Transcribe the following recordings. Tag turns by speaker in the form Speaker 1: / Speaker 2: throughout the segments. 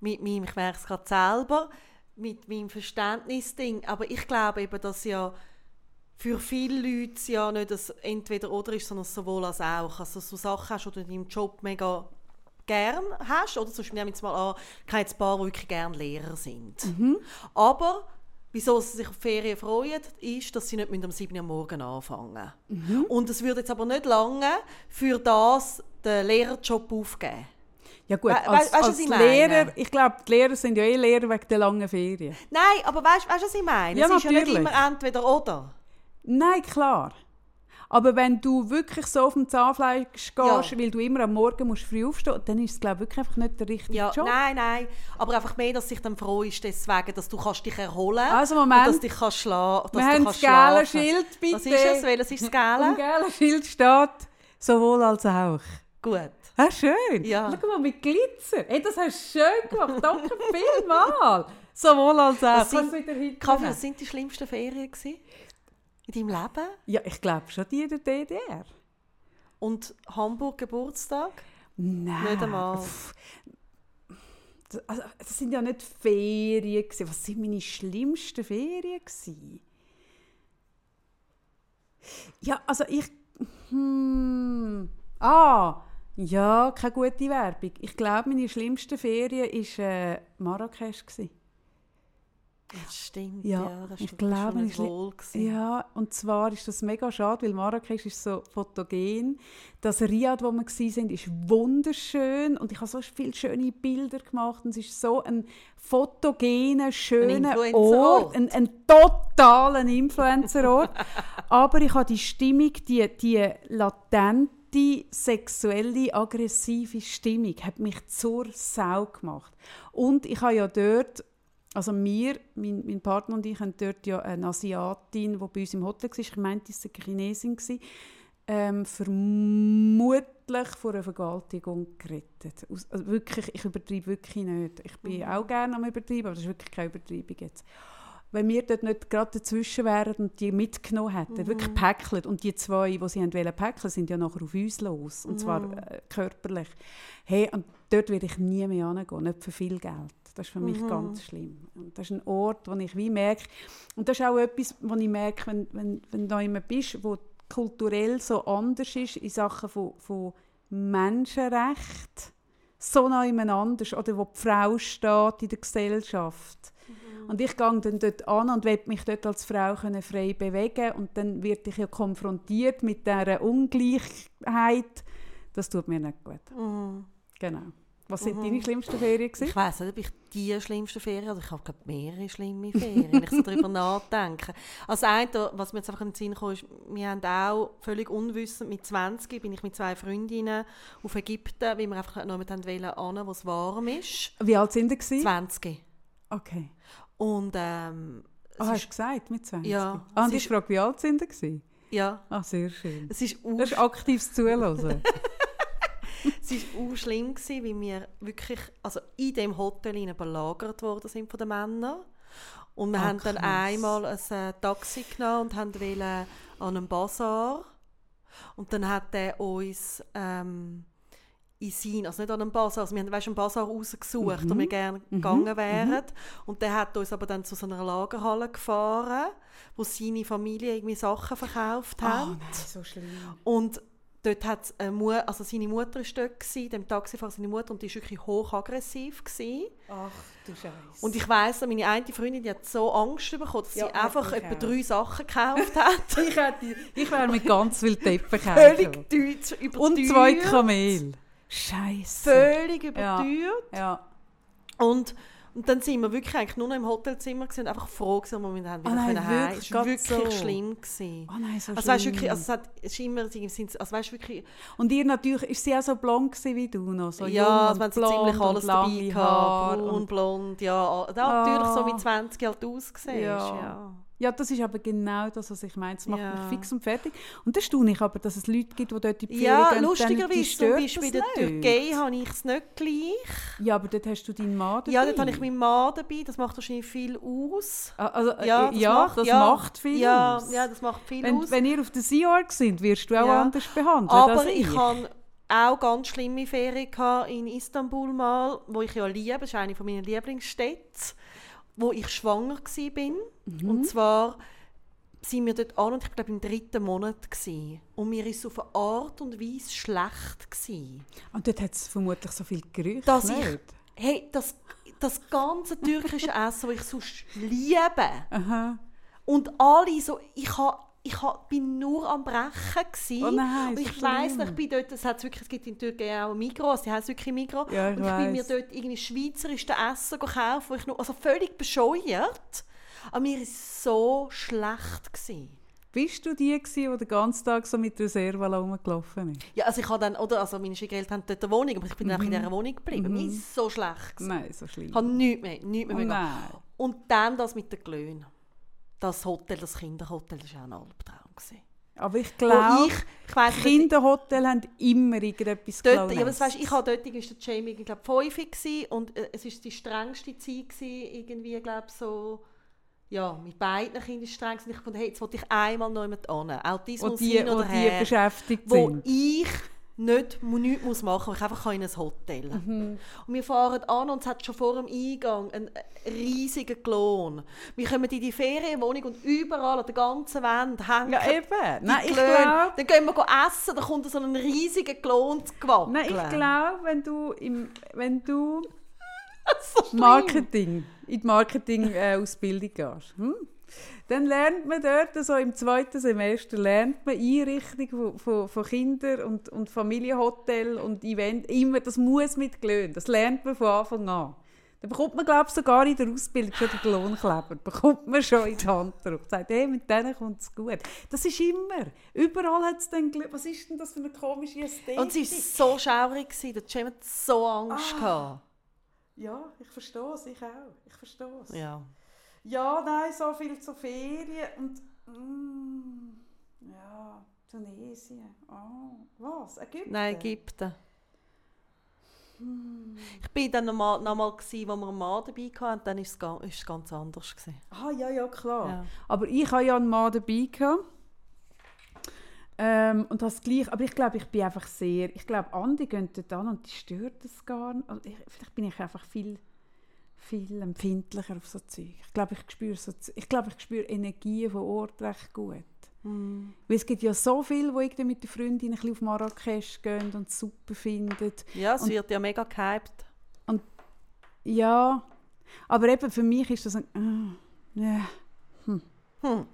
Speaker 1: mit meinem, ich merke es gerade selber, mit meinem Verständnisding. Aber ich glaube eben, dass ja für viele Leute es ja nicht das entweder oder ist, sondern sowohl als auch. Also so Sachen hast, die du in deinem Job mega gern hast, oder zum Beispiel nehmen wir jetzt mal an, ich habe jetzt ein paar, die wirklich gerne Lehrer sind. Aber wieso sie sich auf die Ferien freuen, ist, dass sie nicht müssen am 7 Uhr am morgen anfangen Und es würde jetzt aber nicht lange für das den Lehrerjob aufgeben.
Speaker 2: Ja gut,
Speaker 1: We- we-
Speaker 2: als,
Speaker 1: weisst du, was
Speaker 2: als
Speaker 1: ich meine?
Speaker 2: Lehrer, ich glaube, die Lehrer sind ja eh Lehrer wegen der langen Ferien.
Speaker 1: Nein, aber weißt du, was ich meine?
Speaker 2: Ja,
Speaker 1: es ist ja nicht
Speaker 2: natürlich.
Speaker 1: immer entweder oder.
Speaker 2: Nein, klar. Aber wenn du wirklich so auf dem Zahnfleisch gehst,
Speaker 1: Ja.
Speaker 2: weil du immer am Morgen musst früh aufstehen musst, dann ist es glaube ich wirklich einfach nicht der richtige
Speaker 1: Ja,
Speaker 2: Job.
Speaker 1: nein, nein. Aber einfach mehr, dass sich dann froh ist deswegen, dass du kannst dich erholen
Speaker 2: Also, Moment.
Speaker 1: und dass dich kannst schla dass
Speaker 2: Wir
Speaker 1: du
Speaker 2: haben
Speaker 1: kannst
Speaker 2: das gelbe
Speaker 1: schlafen.
Speaker 2: Schild, bitte.
Speaker 1: Was ist es? Welches ist das Gelbe?
Speaker 2: Am gelben Schild steht «Sowohl als auch».
Speaker 1: Gut.
Speaker 2: Ah, schön.
Speaker 1: Ja.
Speaker 2: Schau mal, mit Glitzer. Hey, das hast du schön gemacht. Danke vielmals. Sowohl als auch.
Speaker 1: Das sind-
Speaker 2: Kannst du wieder hinten
Speaker 1: Kaffee,
Speaker 2: nehmen?
Speaker 1: was sind die schlimmsten Ferien gewesen? in deinem Leben?
Speaker 2: Ja, ich glaube schon die in der DDR.
Speaker 1: Und Hamburg Geburtstag?
Speaker 2: Nein.
Speaker 1: Nicht einmal.
Speaker 2: Ah, Pff. Das- Also, das sind ja nicht Ferien. Gewesen. Was sind meine schlimmsten Ferien? Gewesen? Ja, also ich. Hm, ah, ja, keine gute Werbung. Ich glaube, meine schlimmste Ferien war äh, Marrakesch. Gewesen.
Speaker 1: Das stimmt, ja.
Speaker 2: Ja,
Speaker 1: das
Speaker 2: ich
Speaker 1: stimmt.
Speaker 2: glaube,
Speaker 1: das war
Speaker 2: ich
Speaker 1: nicht
Speaker 2: li-
Speaker 1: wohl. gewesen.
Speaker 2: Ja, und zwar ist das mega schade, weil Marrakesch ist so fotogen. Das Riad, wo wir waren, ist wunderschön und ich habe so viele schöne Bilder gemacht und es ist so ein fotogener, schöner
Speaker 1: Influencer-Ort.
Speaker 2: Ort, ein, ein totaler Influencer-Ort. Aber ich habe die Stimmung, die, die latente, sexuelle, aggressive Stimmung, hat mich zur Sau gemacht. Und ich habe ja dort also wir, mein, mein Partner und ich, haben dort ja eine Asiatin, die bei uns im Hotel war, ich meinte, sie war Chinesin, gewesen, ähm, vermutlich vor einer Vergewaltigung gerettet. Aus, also wirklich, ich übertreibe wirklich nicht. Ich bin auch gerne am Übertreiben, aber das ist wirklich keine Übertreibung jetzt. Wenn wir dort nicht gerade dazwischen wären und die mitgenommen hätten, wirklich päckelt, und die zwei, die sie haben wollen päckeln, sind ja nachher auf uns los, und zwar äh, körperlich. Hey, und dort werde ich nie mehr hingehen, nicht für viel Geld. Das ist für mich ganz schlimm. Und das ist ein Ort, wo ich wie merke, und das ist auch etwas, wo ich merke, wenn, wenn, wenn du jemand bist, wo kulturell so anders ist in Sachen von, von Menschenrecht, so noch jemand anders, oder wo die Frau steht in der Gesellschaft. Und ich gehe dann dort an und will mich dort als Frau können frei bewegen und dann werde ich ja konfrontiert mit dieser Ungleichheit. Das tut mir nicht gut.
Speaker 1: Mhm.
Speaker 2: Genau. Was sind deine schlimmsten Ferien? gewesen?
Speaker 1: Ich weiss nicht, ob ich die schlimmste Ferien, also ich habe glaube mehrere schlimme Ferien, wenn ich so darüber nachdenke. Als eine, was mir jetzt einfach in den Sinn kam, ist, wir haben auch völlig unwissend, mit 20 bin ich mit zwei Freundinnen auf Ägypten, weil wir einfach noch mit haben wollen, wo es warm ist.
Speaker 2: Wie alt sind ihr? gewesen?
Speaker 1: 20.
Speaker 2: Okay.
Speaker 1: Und ähm, es
Speaker 2: Ah, hast
Speaker 1: ist,
Speaker 2: du gesagt, mit 20?
Speaker 1: Ja,
Speaker 2: Ah,
Speaker 1: es
Speaker 2: und ich
Speaker 1: ist-
Speaker 2: frage, wie alt sind ihr? gewesen?
Speaker 1: ja,
Speaker 2: Ah, sehr schön.
Speaker 1: es ist
Speaker 2: Das ist aktives Zuhören. Oh
Speaker 1: Es war auch schlimm, gewesen, weil wir wirklich also in dem Hotel hinein belagert worden sind von den Männern. Und wir
Speaker 2: Ah,
Speaker 1: haben dann
Speaker 2: krass.
Speaker 1: einmal ein äh, Taxi genommen und haben wollen an einem Bazar. Und dann hat er uns ähm, in sein, also nicht an einem Bazar, also wir haben weißt, einen Bazar rausgesucht,
Speaker 2: Mhm.
Speaker 1: wo wir gerne gegangen wären. Und der hat uns aber dann zu so einer Lagerhalle gefahren, wo seine Familie irgendwie Sachen verkauft hat.
Speaker 2: nein, so schlimm.
Speaker 1: Und dort hat eine Mu also seine Mutter war dort, gewesen, dem Taxifahrer seine Mutter, und die war wirklich hochaggressiv. Gewesen.
Speaker 2: Ach du Scheiße.
Speaker 1: Und ich weiss, noch, meine eine Freundin die hat so Angst bekommen, dass
Speaker 2: Ja,
Speaker 1: sie einfach
Speaker 2: ich
Speaker 1: etwa
Speaker 2: auch.
Speaker 1: drei Sachen gekauft hat.
Speaker 2: ich, hätte, ich wäre mit ganz viel Teppich
Speaker 1: völlig deutsch überteuert.
Speaker 2: Und zwei Kamel. Scheiße.
Speaker 1: Völlig überteuert.
Speaker 2: Ja.
Speaker 1: Und, und dann sind wir wirklich eigentlich nur noch im Hotelzimmer gewesen, und einfach froh gewesen, wo wir dann wieder
Speaker 2: Ah nein,
Speaker 1: können heim.
Speaker 2: wirklich,
Speaker 1: Es war
Speaker 2: gerade
Speaker 1: wirklich
Speaker 2: so.
Speaker 1: schlimm. Gewesen.
Speaker 2: Oh nein, so
Speaker 1: Also, weißt, du,
Speaker 2: schlimm.
Speaker 1: wirklich, also, es hat, es ist immer, sie sind, also, weißt, du, wirklich,
Speaker 2: Und ihr natürlich, ist sie auch so blond gewesen wie du noch? So
Speaker 1: ja, also
Speaker 2: jung
Speaker 1: man
Speaker 2: und
Speaker 1: hat so ziemlich
Speaker 2: blond
Speaker 1: alles
Speaker 2: und
Speaker 1: dabei
Speaker 2: lange
Speaker 1: gehabt.
Speaker 2: Haare
Speaker 1: Braun,
Speaker 2: und-
Speaker 1: blond, ja. Da Natürlich
Speaker 2: Ah.
Speaker 1: so mit 20 halt ausgesehen. Ja.
Speaker 2: Ja.
Speaker 1: ja.
Speaker 2: Ja, das ist aber genau das, was ich meine. Es macht
Speaker 1: Ja.
Speaker 2: mich fix und fertig. Und das staune ich aber, dass es Leute gibt, die dort in die Ferien
Speaker 1: Ja,
Speaker 2: gehen. dann- die
Speaker 1: lustigerweise, zum
Speaker 2: stört
Speaker 1: Beispiel in der
Speaker 2: das nicht.
Speaker 1: Türkei habe ich es nicht gleich.
Speaker 2: Ja, aber dort hast du deinen Mann dabei.
Speaker 1: Ja, dort habe ich meinen Mann dabei, das macht wahrscheinlich viel aus.
Speaker 2: Ah, Also, äh,
Speaker 1: Ja, das, macht, ja.
Speaker 2: viel
Speaker 1: ja,
Speaker 2: aus.
Speaker 1: Ja, das macht viel
Speaker 2: wenn,
Speaker 1: aus.
Speaker 2: wenn ihr auf der Sea Org sind, wirst du auch
Speaker 1: Ja.
Speaker 2: anders behandelt
Speaker 1: Aber
Speaker 2: als
Speaker 1: ich
Speaker 2: ich.
Speaker 1: habe auch ganz schlimme Ferien gehabt in Istanbul mal, wo ich ja liebe, das ist eine von meiner Lieblingsstädte, wo ich schwanger gsi bin. Und zwar sind wir dort an und ich glaube im dritten Monat gsi. Und mir ist auf eine Art und Weise schlecht gsi.
Speaker 2: Und dort hat es vermutlich so viel Gerüche.
Speaker 1: Dass
Speaker 2: nicht?
Speaker 1: ich, hey, das, das ganze türkische Essen, das ich sonst liebe,
Speaker 2: Aha.
Speaker 1: und alle so, ich ha, ich ha, bin nur am Brechen gsi.
Speaker 2: Oh nein,
Speaker 1: und
Speaker 2: so
Speaker 1: ich weiss
Speaker 2: schlimm.
Speaker 1: nicht, ich bin dort, es hat's wirklich, es gibt in Türkei auch Migros, die heisst wirklich Migros.
Speaker 2: Ja, ich
Speaker 1: und ich bin mir
Speaker 2: weiss.
Speaker 1: dort irgendwie schweizerisch Essen gekauft, wo ich nur, also völlig bescheuert. Aber mir ist so schlecht gsi.
Speaker 2: Bist du die, gewesen, die den ganzen Tag so mit Reserva rumgelaufen ist?
Speaker 1: Ja, also ich habe dann, oder, also meine Schwiegereltern haben dort eine Wohnung, aber ich bin dann einfach in dieser Wohnung geblieben. Mir ist so schlecht gsi.
Speaker 2: Mhm. Nein, so schlimm.
Speaker 1: Ich habe nichts mehr, nichts mehr
Speaker 2: Oh
Speaker 1: mögen.
Speaker 2: nein.
Speaker 1: Und dann das mit den Glöhnen. Das Hotel, das Kinderhotel, das war auch ein Albtraum. gewesen.
Speaker 2: Aber ich
Speaker 1: Wo
Speaker 2: glaube,
Speaker 1: ich, ich weiss nicht,
Speaker 2: Kinderhotel haben immer irgendetwas
Speaker 1: Dort,
Speaker 2: Clownesk.
Speaker 1: ja, aber das weisst, ich habe dort irgendwie ist der Jamie irgendwie, glaub, fünf gsi und äh, es ist die strengste Zeit gsi, irgendwie glaube so ja mit beiden Kindern ist streng gewesen. ich fand, hey jetzt wollte ich einmal noch jemand an
Speaker 2: wo
Speaker 1: Autismus
Speaker 2: die,
Speaker 1: hin
Speaker 2: wo
Speaker 1: oder
Speaker 2: die
Speaker 1: her
Speaker 2: beschäftigt
Speaker 1: wo
Speaker 2: sind.
Speaker 1: ich nicht mu- nichts muss machen muss, weil ich einfach kann in ein Hotel
Speaker 2: Mhm.
Speaker 1: Und wir fahren an und es hat schon vor dem Eingang einen äh, riesigen Klon. Wir kommen in die Ferienwohnung und überall an der ganzen Wand hängen
Speaker 2: Ja, Nou, eben. Nein, ich
Speaker 1: Glöhne.
Speaker 2: glaube,
Speaker 1: Dann gehen wir go essen, dann kommt so ein riesiger Klon zu gewackeln.
Speaker 2: Nein, ich glaube, wenn du im wenn du
Speaker 1: so
Speaker 2: Marketing in die Marketing äh, Ausbildung gehst, hm? dann lernt man dort so im zweiten Semester lernt man Einrichtung von, von, von Kinder und und Familienhotel und Event immer das muss mit Glöhn. Das lernt man von Anfang an. Dann bekommt man glaube ich sogar in der Ausbildung schon den Glonkleber. Bekommt man schon in die Hand drauf. Sagt, hey, mit denen kommt es gut. Das ist immer. Überall hat es dann Glöhn. Was ist denn das für eine komische Ästhetik?
Speaker 1: Und sie war so schaurig, gewesen, der Jim hat so Angst. Ah.
Speaker 2: Ja, ich verstehe es, ich auch. Ich verstehe es. Ja.
Speaker 1: Ja.
Speaker 2: nein, so viel zu Ferien und. Mm, ja, Tunesien. Oh, was? Ägypten?
Speaker 1: Nein, Ägypten. Ich bin dann nochmal, nochmal gsi, wo wir einen Mann dabei hatten, dann ist es ga- ist es ganz anders gewesen.
Speaker 2: Ah, ja, ja, klar.
Speaker 1: Ja.
Speaker 2: Aber ich hatte ja einen Mann dabei. Gehabt. Ähm, und das gleich, aber ich glaube, ich bin einfach sehr, ich glaube, andere gehen dort an und die stört das gar nicht. Also ich, vielleicht bin ich einfach viel, viel empfindlicher auf so Zeug. Ich glaube, ich spüre so, Z- ich glaube, ich spüre Energien von Ort recht gut. Weil es gibt ja so viel, wo ich dann mit der Freundin ein bisschen auf Marrakesch gehen und es super findet.
Speaker 1: Ja, es
Speaker 2: Und-
Speaker 1: wird ja mega gehypt.
Speaker 2: Ja, aber eben für mich ist das ein, äh, ja,
Speaker 1: Hm.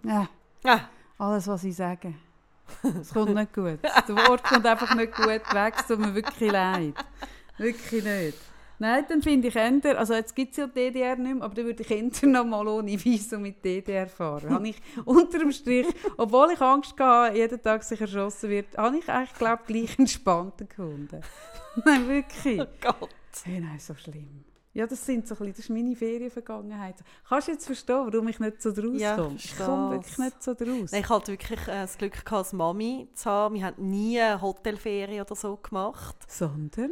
Speaker 2: ja.
Speaker 1: Ah,
Speaker 2: Alles, was ich sage. Es kommt nicht gut. Das Wort kommt einfach nicht gut weg. Es tut mir wirklich leid. Wirklich nicht. Nein, dann finde ich Ender, also jetzt gibt es ja die DDR nicht mehr, aber dann würde ich Ender noch mal ohne Visum mit DDR fahren. Habe ich unter dem Strich, obwohl ich Angst hatte, jeden Tag sich erschossen wird, habe ich eigentlich, glaube gleich entspannter gefunden. Nein, wirklich.
Speaker 1: Gott.
Speaker 2: Hey, nein, so schlimm. Ja, das sind so ein bisschen, das ist meine Ferienvergangenheit. Kannst du jetzt verstehen, warum ich nicht so draus
Speaker 1: Ja, ich
Speaker 2: komme? Ich komme
Speaker 1: versteh's.
Speaker 2: wirklich nicht so draus.
Speaker 1: Nein, ich hatte wirklich äh, das Glück, gehabt, als Mami zu haben. Wir haben nie eine Hotelferie oder so gemacht.
Speaker 2: Sondern?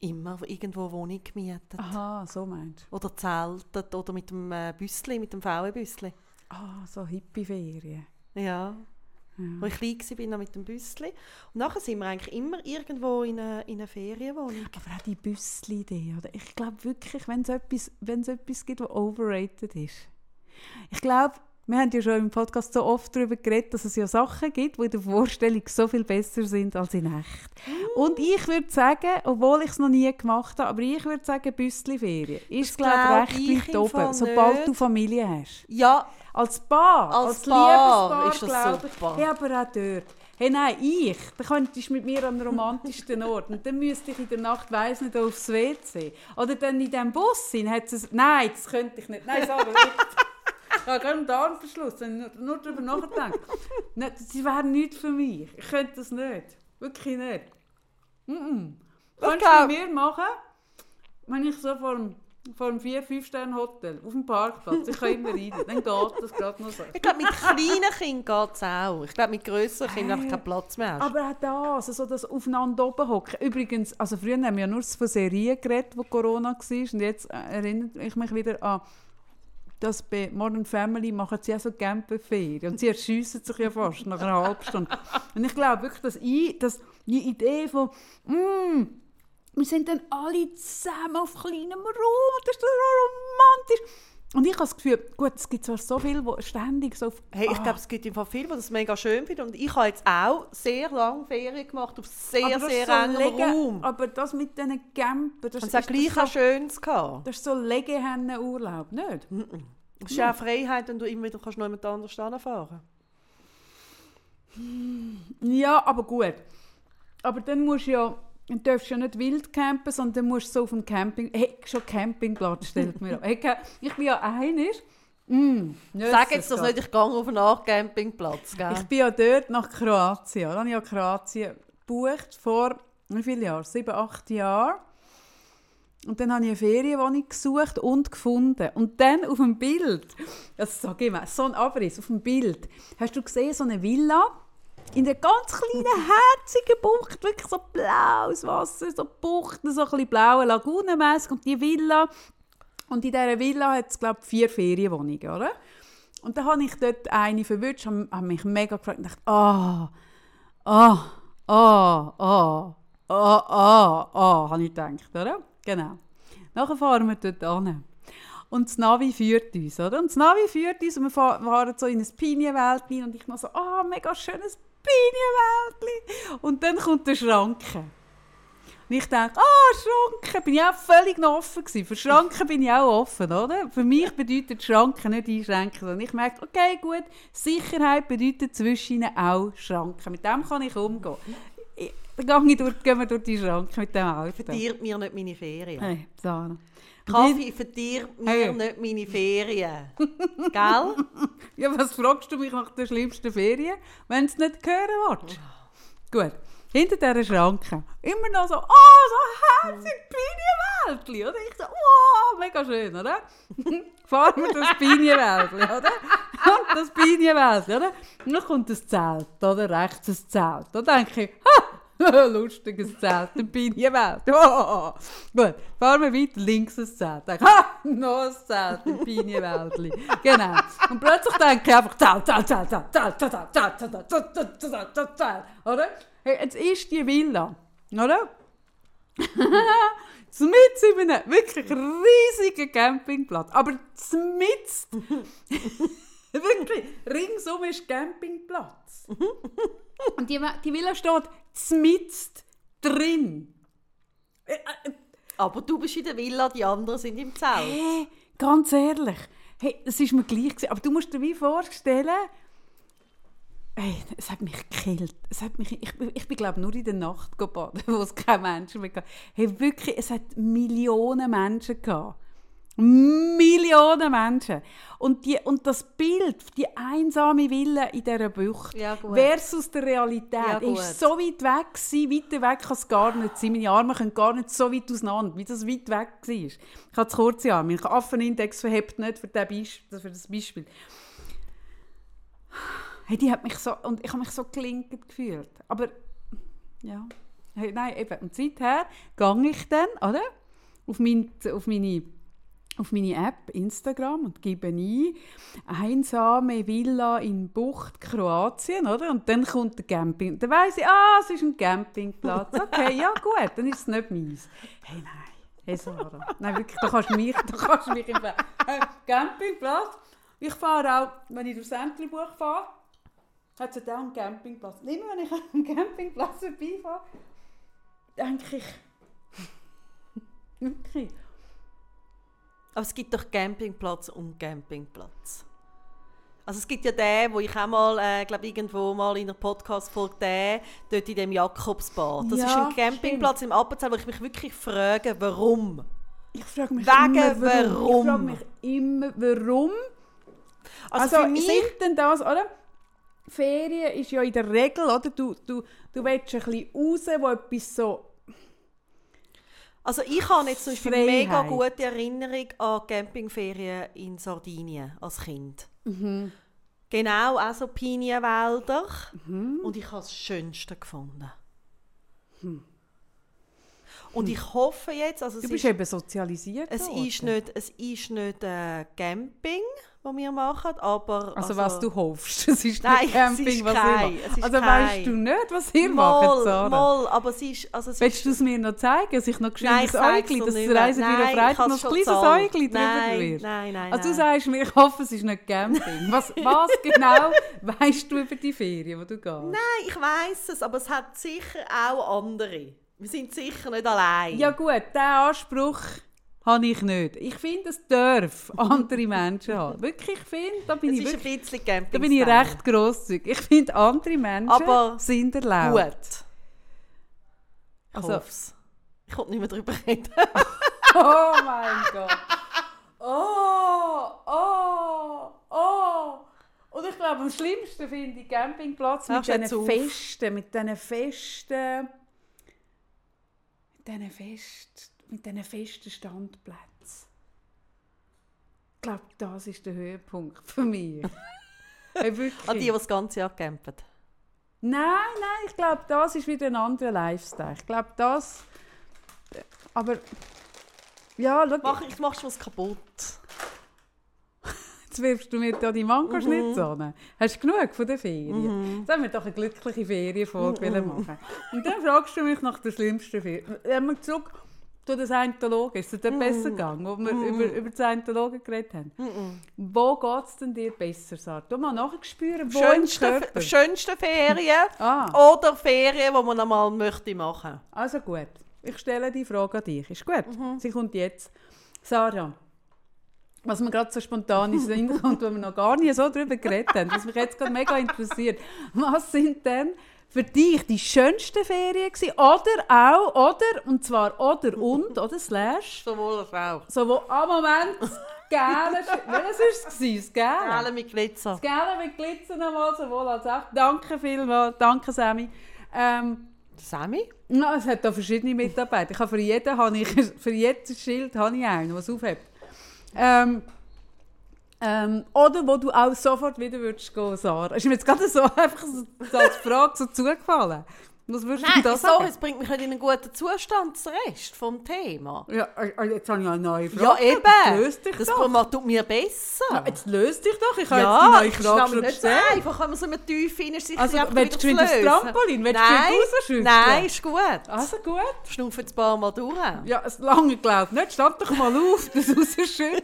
Speaker 1: Immer irgendwo Wohnung gemietet.
Speaker 2: Aha, so meinst
Speaker 1: Oder zeltet oder mit dem äh, Büssli, mit dem VW-Büssli.
Speaker 2: du. Ah, so Hippie-Ferien.
Speaker 1: Ja. Wo ich klein war, bin noch mit dem Büssli. Und nachher sind wir eigentlich immer irgendwo in einer in eine Ferienwohnung.
Speaker 2: Aber auch die Büssli-Idee, oder? Ich glaube wirklich, wenn es etwas, wenn's etwas gibt, was overrated ist. Ich glaube, wir haben ja schon im Podcast so oft darüber geredet, dass es ja Sachen gibt, die in der Vorstellung so viel besser sind als in echt.
Speaker 1: Uh.
Speaker 2: Und ich würde sagen, obwohl ich es noch nie gemacht habe, aber ich würde sagen, Büssli-Ferien ist,
Speaker 1: Das
Speaker 2: glaube
Speaker 1: glaub
Speaker 2: ich,
Speaker 1: ich
Speaker 2: recht weit
Speaker 1: im Fall
Speaker 2: oben, sobald
Speaker 1: nicht.
Speaker 2: du Familie hast.
Speaker 1: Ja,
Speaker 2: Als Paar, als,
Speaker 1: Als Paar
Speaker 2: Liebespaar,
Speaker 1: ist das
Speaker 2: glaube
Speaker 1: super.
Speaker 2: ich. Ja, aber auch dort. Hey, nein, ich, da könntest du mit mir an den romantischsten Ort. Und dann müsste ich in der Nacht, weiss nicht, aufs WC. Oder dann in diesem Bus sein, hat es... Nein, das könnte ich nicht. Nein, so, aber ich, ich habe gerade einen Darmverschluss, wenn ich nur, nur darüber nachdenke. Nein, das wäre nichts für mich. Ich könnte das nicht. Wirklich nicht. Mm -mm. Kannst du
Speaker 1: glaub-
Speaker 2: mit mir machen, wenn ich so vor dem, vor dem 4-5-Sterne-Hotel auf dem Parkplatz, ich kann immer rein, dann geht das gerade noch so.
Speaker 1: ich glaube, mit kleinen Kindern geht es auch. Ich glaube, mit grösseren Kindern einfach keinen Platz mehr hast.
Speaker 2: Aber auch das, also das aufeinander oben hocken. Übrigens, also früher haben wir ja nur von Serien geredet, wo Corona war. Und jetzt äh, erinnere ich mich wieder an dass bei Modern Family machen sie auch so Camperferien und sie erschiessen sich ja fast nach einer halben Stunde. Und ich glaube wirklich, dass, ich, dass die Idee von «Mm, wir sind dann alle zusammen auf kleinem Raum, das ist so romantisch!» Und ich habe das Gefühl, gut, es gibt zwar so viele, die ständig so auf
Speaker 1: Hey, ich
Speaker 2: Ah,
Speaker 1: glaube, es gibt im Fall viele, die das mega schön finden. Und ich habe jetzt auch sehr lange Ferien gemacht auf sehr,
Speaker 2: aber das
Speaker 1: sehr
Speaker 2: ist so
Speaker 1: engem
Speaker 2: lege-
Speaker 1: Raum.
Speaker 2: Aber das mit diesen Camper, das,
Speaker 1: Und es
Speaker 2: ist,
Speaker 1: hat gleich auch
Speaker 2: das, so,
Speaker 1: Schönes gehabt.
Speaker 2: das ist so eh, Legehennen-Urlaub, nicht?
Speaker 1: Hm. Es ist Dus ja auch Freiheit, wenn du immer wieder kannst noch jemand anders anfahren
Speaker 2: Ja, aber gut. Aber dann musst du ja, dann darfst du ja nicht wild campen, sondern dann musst du so auf dem Camping, hey, schon Campingplatz stellt mir an. Hey, Ca- ich bin ja einig. Mm,
Speaker 1: kannst. Sag jetzt das nicht, ich gehe auf einen Nachtcampingplatz, gell?
Speaker 2: Ich bin ja dort nach Kroatien. Dann habe ich ja Kroatien gebucht vor wie vielen Jahren? Sieben, acht Jahren. Und dann habe ich eine Ferienwohnung gesucht und gefunden. Und dann auf dem Bild, das sage ich mal, so ein Abriss, auf dem Bild, hast du gesehen, so eine Villa in einer ganz kleinen, herzigen Bucht, wirklich so blaues Wasser, so Buchten, so ein bisschen blaue Lagunenmässig und die Villa. Und in dieser Villa hat es, glaube ich, vier Ferienwohnungen, oder? Und dann habe ich dort eine verwünscht, habe habe mich mega gefreut und dachte, ah, ah, ah, ah, ah, ah, ah, habe ich gedacht, oder? Genau. Nachher fahren wir dort an. Und das Navi führt uns, oder? Und das Navi führt uns und wir fa- fahren so in ein Pinienwäldchen und ich noch so, ah, mega schönes Pinienwäldchen. Und dann kommt der Schranke. Und ich denke, ah, Schranken, bin ich auch völlig noch offen gewesen. Für Schranken bin ich auch offen, oder? Für mich bedeutet Schranken nicht einschränken. sondern ich merke, okay, gut, Sicherheit bedeutet zwischen ihnen auch Schranken. Mit dem kann ich umgehen. Ich, dann gehe ich durch, gehen wir durch die Schranken mit dem Auto.
Speaker 1: Verdirbt mir nicht meine Ferien.
Speaker 2: Hey, Sarah.
Speaker 1: Kaffee verdirbt mir
Speaker 2: Hey.
Speaker 1: nicht meine Ferien. Gell?
Speaker 2: Ja, was fragst du mich nach der schlimmsten Ferien, wenn du es nicht hören willst? Gut, hinter dieser Schranke immer noch so, oh, so herzig Pinienwäldli, oder? Ich so, wow, mega schön, oder? Fahren wir das Pinienwäldli, oder? Und das Pinienwäldli, oder? Und dann kommt das Zelt, oder? Rechts ein Zelt. Da denke ich, ha, lustiges Zelt, ein Pinienwäldli. Oh, oh, oh. Gut, fahren wir weiter, links ein Zelt. Denke, ha, noch ein Zelt, ein Pinienwäldli. Genau. Und plötzlich denke ich einfach, Zelt, Zelt, Zelt, Zelt, Zelt, Zelt, Zelt, Zelt, Zelt, Zelt, Zelt, Zelt, Zelt, Zelt, oder? Hey, jetzt ist die Villa, oder? Zmitz in einem wirklich riesigen Campingplatz. Aber zmitz! wirklich, ringsum ist Campingplatz. Und die, die Villa steht zmitzt drin. Äh, äh,
Speaker 1: Aber du bist in der Villa, die anderen sind im Zelt.
Speaker 2: Hey, ganz ehrlich, hey, das ist mir gleich gewesen. Aber du musst dir wie vorstellen, hey, es hat mich gekillt. Es hat mich, ich, ich bin glaube nur in der Nacht gebadet, wo es keine Menschen mehr gab. Hey, wirklich, es hat Millionen Menschen gehabt. Millionen Menschen. Und, die, und das Bild, die einsame Villa in dieser Bucht
Speaker 1: Ja, gut.
Speaker 2: versus der Realität,
Speaker 1: Ja, gut.
Speaker 2: ist so weit weg gewesen, weiter weg kann es gar nicht sein. Meine Arme können gar nicht so weit auseinander, wie das weit weg war. Ich habe zu kurze Arme, mein Affenindex verhebt nicht für, den Beisp für das Beispiel. Hey, die hat mich so, und ich habe mich so gelinkt gefühlt. Aber, ja. Hey, nein, eben, und seither gehe ich dann, oder? Auf, mein, auf, meine, auf meine App Instagram und gebe ein «Einsame Villa in Bucht, Kroatien», oder? Und dann kommt der Camping. Dann weiss ich, ah, es ist ein Campingplatz. Okay, ja gut, dann ist es nicht meins. Hey, nein. Hey, Sarah. Nein, wirklich, da kannst du mich, da kannst du mich im Weg. Hey, Campingplatz. Ich fahre auch, wenn ich durch Sämtlerbuch fahre, hat es auch einen Campingplatz. Und Immer wenn ich am Campingplatz vorbeifahre, denke ich. Wirklich?
Speaker 1: Aber es gibt doch Campingplatz und Campingplatz. Also es gibt ja den, wo ich auch mal, äh, glaube irgendwo mal in einer Podcast-Folge, den, dort in dem Jakobsbad. Das
Speaker 2: Ja,
Speaker 1: ist ein Campingplatz im Appenzell, wo ich mich wirklich frage, warum?
Speaker 2: Ich frage mich
Speaker 1: Wegen
Speaker 2: immer, warum.
Speaker 1: warum?
Speaker 2: Ich frage mich immer, warum.
Speaker 1: Also, für mich...
Speaker 2: sind denn das, oder? Ferien ist ja in der Regel, oder? Du, du, du willst ein bisschen raus, wo etwas so...
Speaker 1: Also ich habe jetzt zum Beispiel
Speaker 2: Freiheit.
Speaker 1: mega gute Erinnerung an Campingferien in Sardinien als Kind.
Speaker 2: Mhm.
Speaker 1: Genau, auch so Pinienwälder.
Speaker 2: Mhm.
Speaker 1: Und ich habe es schönste gefunden. Und ich hoffe jetzt, also es
Speaker 2: Hm. Du bist
Speaker 1: ist,
Speaker 2: eben sozialisiert.
Speaker 1: es
Speaker 2: worden.
Speaker 1: ist nicht, es ist nicht äh, Camping, was wir machen, aber...
Speaker 2: Also, was du hoffst. Es ist
Speaker 1: Nein, es
Speaker 2: nicht Camping,
Speaker 1: ist
Speaker 2: was
Speaker 1: kein-
Speaker 2: ihr macht.
Speaker 1: es ist
Speaker 2: Also
Speaker 1: kein-
Speaker 2: weißt du nicht, was ihr macht,
Speaker 1: Moll,
Speaker 2: Sarah?
Speaker 1: moll, aber es ist... Also es
Speaker 2: Willst du es mir noch zeigen? Dass ich noch geschrieben
Speaker 1: Nein, ich
Speaker 2: das
Speaker 1: zeig's
Speaker 2: Äugli,
Speaker 1: dir
Speaker 2: dass
Speaker 1: nicht
Speaker 2: das
Speaker 1: mehr.
Speaker 2: Reiseführer
Speaker 1: Nein, ich hab's
Speaker 2: Freitag noch ein
Speaker 1: schon
Speaker 2: kleines
Speaker 1: gezahlt.
Speaker 2: Äugli drüber
Speaker 1: Nein,
Speaker 2: wird?
Speaker 1: nein, nein,
Speaker 2: Also du
Speaker 1: nein.
Speaker 2: sagst mir, ich hoffe, es ist nicht Camping. Was, was nou? genau weißt du über die Ferien, wo du gehst?
Speaker 1: Nein, ich weiß es, aber es hat sicher auch andere. Wir sind sicher nicht allein.
Speaker 2: Ja gut, diesen Anspruch habe ich nicht. Ich finde, es darf andere Menschen haben. Wirklich, ich finde, da bin
Speaker 1: es
Speaker 2: ich
Speaker 1: ist ein
Speaker 2: wirklich,
Speaker 1: bisschen Camping.
Speaker 2: da bin ich recht dus grosszügig. Ich finde, andere Menschen
Speaker 1: Aber
Speaker 2: sind erlaubt.
Speaker 1: gut. Ich
Speaker 2: Also-
Speaker 1: hoffe es. Ich konnte nicht mehr darüber reden.
Speaker 2: Oh mein Gott. Oh, oh, oh. Und ich glaube, am schlimmsten finde ich Campingplatz mit
Speaker 1: Hörst du
Speaker 2: diesen
Speaker 1: jetzt auf?
Speaker 2: Festen, mit diesen Festen, mit diesen Fest, mit diesen festen Standplätzen. Ich glaube, das ist der Höhepunkt für mich. hey, wirklich.
Speaker 1: An Ah, die, die das ganze Jahr campen.
Speaker 2: Nein, nein, ich glaube, das ist wieder ein anderer Lifestyle. Ich glaube, das. Aber. Ja, schau,
Speaker 1: Mach, ich machst was kaputt.
Speaker 2: Jetzt wirfst du mir da die Mankos nicht hin. Hast du genug von den Ferien? Jetzt haben wir doch eine glückliche Ferienfolge mhm. machen. Und dann fragst du mich nach der schlimmsten Ferien. Wenn wir zurück zu den Scientologen, ist es dir besser gegangen, wo wir über, über die Scientologen geredet haben? Wo geht es denn dir besser, Sarah? Du mal nachspüren, wo im Körper.
Speaker 1: schönste Ferien
Speaker 2: Ah,
Speaker 1: oder Ferien, die man einmal möchte machen.
Speaker 2: also gut. Ich stelle die Frage an dich. Ist gut? Sie kommt jetzt. Sarah, was mir gerade so spontan in den Sinn kommt, wo wir noch gar nicht so darüber geredet haben, was mich jetzt gerade mega interessiert. Was sind denn für dich die schönsten Ferien gewesen? Oder auch, oder, und zwar oder und, oder slash,
Speaker 1: Sowohl als auch.
Speaker 2: so wo am Moment das Gäle, welches war es? gewesen? Das Gäle?
Speaker 1: Alle mit Glitzer.
Speaker 2: Das Gäle mit Glitzer nochmal, sowohl als also auch. Danke vielmals, danke Sammy. Ähm,
Speaker 1: Sammy?
Speaker 2: ja, es hat da verschiedene Mitarbeiter. Ich habe für, jeden habe ich, für jedes Schild habe ich einen, der es aufhebt. Ähm, ähm, oder wo du auch sofort wieder würdest gehen, Sarah. Ist mir jetzt gerade so einfach so, so als Frage so zugefallen. Was würdest du das
Speaker 1: so,
Speaker 2: sagen?
Speaker 1: es bringt mich nicht in einen guten Zustand, das Rest vom Thema.
Speaker 2: Ja, äh, äh, jetzt habe ich eine neue Frage.
Speaker 1: Ja,
Speaker 2: Das
Speaker 1: eben.
Speaker 2: löst dich
Speaker 1: das
Speaker 2: doch.
Speaker 1: Format tut mir besser.
Speaker 2: Ja, Jetzt löst dich doch. Ich habe jetzt die neue Frage schon
Speaker 1: nicht
Speaker 2: gestellt.
Speaker 1: einfach, wenn man so mit tief rein ist, sich
Speaker 2: Also,
Speaker 1: einfach
Speaker 2: willst du
Speaker 1: wieder
Speaker 2: geschwind
Speaker 1: auflösen.
Speaker 2: aufs Trampolin? Willst du
Speaker 1: Nein,
Speaker 2: geschwind rausschütteln?
Speaker 1: Nein, ist gut.
Speaker 2: Also gut.
Speaker 1: Schnaufe jetzt ein paar Mal durch.
Speaker 2: Ja, es lange gelaufen. Nicht, stand doch mal auf, das rausschütteln.